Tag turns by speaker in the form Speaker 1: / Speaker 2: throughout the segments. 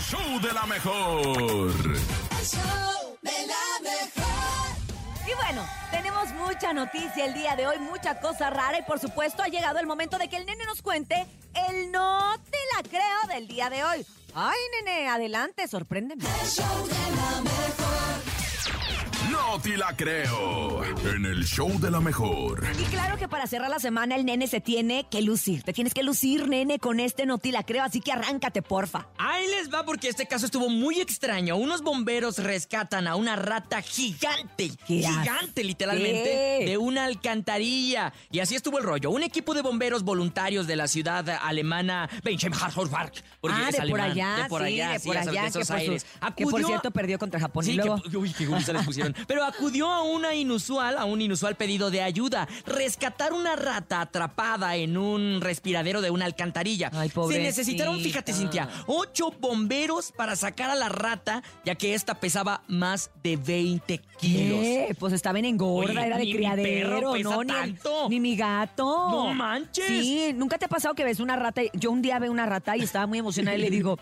Speaker 1: show de la mejor.
Speaker 2: El show de la mejor.
Speaker 3: Y bueno, tenemos mucha noticia el día de hoy, mucha cosa rara y por supuesto ha llegado el momento de que el nene nos cuente el no te la creo del día de hoy. Ay, nene, adelante, sorpréndeme.
Speaker 2: El show de la mejor.
Speaker 1: No te la creo. En el show de la mejor.
Speaker 3: Y claro que para cerrar la semana el nene se tiene que lucir. Te tienes que lucir, nene, con este no te la creo, así que arráncate, porfa.
Speaker 4: Ahí les va porque este caso estuvo muy extraño. Unos bomberos rescatan a una rata gigante,
Speaker 3: ¿Qué
Speaker 4: gigante literalmente,
Speaker 3: ¿Qué?
Speaker 4: de una alcantarilla. Y así estuvo el rollo. Un equipo de bomberos voluntarios de la ciudad alemana Benchemhardt, porque
Speaker 3: ah,
Speaker 4: es
Speaker 3: de por
Speaker 4: alemán,
Speaker 3: allá,
Speaker 4: de por allá,
Speaker 3: de
Speaker 4: sí,
Speaker 3: por
Speaker 4: ya sabes,
Speaker 3: allá,
Speaker 4: de
Speaker 3: que
Speaker 4: esos
Speaker 3: por,
Speaker 4: aires.
Speaker 3: sus- que por
Speaker 4: Acudió-
Speaker 3: cierto perdió contra Japón. y
Speaker 4: Pues Sí,
Speaker 3: luego...
Speaker 4: que, uy, qué gusta les pusieron. Pero acudió a una inusual, a un inusual pedido de ayuda. Rescatar una rata atrapada en un respiradero de una alcantarilla.
Speaker 3: Ay,
Speaker 4: Se necesitaron,
Speaker 3: pobrecita.
Speaker 4: fíjate, Cintia, ocho bomberos para sacar a la rata, ya que esta pesaba más de 20 kilos.
Speaker 3: ¿Qué? Pues estaba en engorda,
Speaker 4: Oye,
Speaker 3: era de
Speaker 4: ni mi
Speaker 3: criadero,
Speaker 4: perro pesa
Speaker 3: no, ni, el-
Speaker 4: tanto.
Speaker 3: ni mi gato.
Speaker 4: ¡No manches!
Speaker 3: Sí, nunca te ha pasado que ves una rata. y- Yo un día veo una rata y estaba muy emocionada y le digo,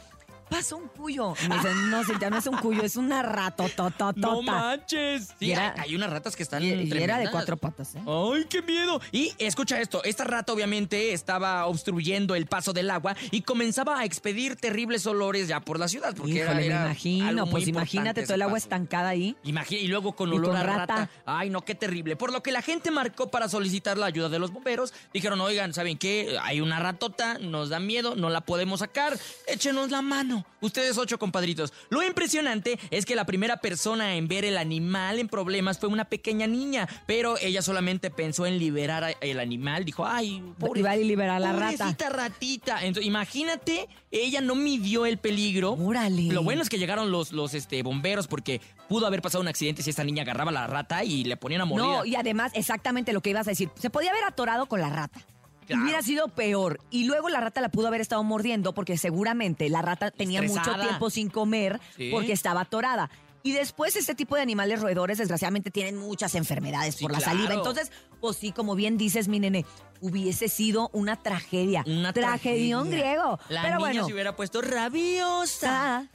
Speaker 3: pasa un cuyo. Y me dicen, no, Cintia, no es un cuyo, es una ratotototota.
Speaker 4: ¡No manches! Sí,
Speaker 3: Tota. Y era-
Speaker 4: hay hay unas ratas que están
Speaker 3: y, y era de
Speaker 4: tremendas.
Speaker 3: cuatro patas, ¿eh?
Speaker 4: ¡Ay, qué miedo! Y escucha esto, esta rata obviamente estaba obstruyendo el paso del agua y comenzaba a expedir terribles olores ya por la ciudad. Porque era-
Speaker 3: Híjole, me
Speaker 4: era algo
Speaker 3: imagino.
Speaker 4: muy
Speaker 3: Pues
Speaker 4: importante
Speaker 3: imagínate
Speaker 4: ese
Speaker 3: todo el agua
Speaker 4: paso.
Speaker 3: estancada ahí.
Speaker 4: Imagi- y luego con
Speaker 3: Y
Speaker 4: olor
Speaker 3: con
Speaker 4: a
Speaker 3: rata.
Speaker 4: rata. Ay, no, qué terrible. Por lo que la gente marcó para solicitar la ayuda de los bomberos. Dijeron, oigan, ¿saben qué? Hay una ratota, nos da miedo, no la podemos sacar. Échenos la mano. Ustedes ocho compadritos. Lo impresionante es que la primera persona en ver el animal en problemas fue una pequeña niña, pero ella solamente pensó en liberar a- el animal. Dijo, ay,
Speaker 3: y
Speaker 4: pobre,
Speaker 3: va a liberar a la rata.
Speaker 4: Pobrecita ratita. Entonces, imagínate, ella no midió el peligro.
Speaker 3: Órale.
Speaker 4: Lo bueno es que llegaron los, los este, bomberos porque pudo haber pasado un accidente si esta niña agarraba a la rata y le ponían a morir.
Speaker 3: No, y además, exactamente lo que ibas a decir. Se podía haber atorado con la rata. Y
Speaker 4: Claro.
Speaker 3: Hubiera sido peor. Y luego la rata la pudo haber estado mordiendo porque seguramente la rata tenía mucho
Speaker 4: Estresada.
Speaker 3: tiempo sin comer
Speaker 4: Sí.
Speaker 3: porque estaba atorada. Y después este tipo de animales roedores desgraciadamente tienen muchas enfermedades
Speaker 4: Sí,
Speaker 3: por la
Speaker 4: claro.
Speaker 3: saliva. Entonces, pues sí, como bien dices, mi nene, hubiese sido una tragedia.
Speaker 4: Una
Speaker 3: Tragedión
Speaker 4: tragedia.
Speaker 3: griego.
Speaker 4: La
Speaker 3: Pero
Speaker 4: niña
Speaker 3: bueno. Ah.
Speaker 4: se hubiera puesto rabiosa.
Speaker 3: Está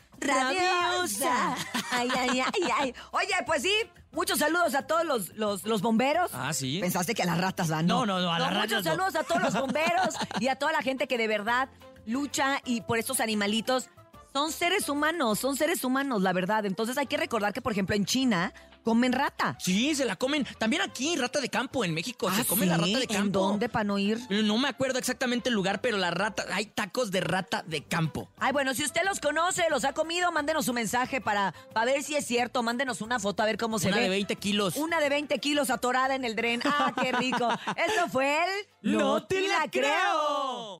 Speaker 4: Rabiosa.
Speaker 3: rabiosa. Ay, ay, ay, ay. Oye, pues sí, muchos saludos a todos los, los, los bomberos.
Speaker 4: Ah, sí.
Speaker 3: Pensaste que a las ratas dan.
Speaker 4: No, no, no, a las
Speaker 3: Muchos
Speaker 4: ratas no.
Speaker 3: saludos a todos los bomberos y a toda la gente que de verdad lucha y por estos animalitos. Son seres humanos, son seres humanos, la verdad. Entonces hay que recordar que, por ejemplo, en China comen rata.
Speaker 4: Sí, se la comen. También aquí, rata de campo en México.
Speaker 3: Ah,
Speaker 4: se come la
Speaker 3: ¿sí?
Speaker 4: rata de campo.
Speaker 3: ¿En dónde para no ir?
Speaker 4: No me acuerdo exactamente el lugar, pero la rata. Hay tacos de rata de campo.
Speaker 3: Ay, bueno, si usted los conoce, los ha comido, mándenos un mensaje para, para ver si es cierto. Mándenos una foto a ver cómo se
Speaker 4: Una
Speaker 3: ve.
Speaker 4: de 20 kilos.
Speaker 3: Una de 20 kilos atorada en el dren. ¡Ah, qué rico! Esto fue el...
Speaker 4: ¡No te la creo!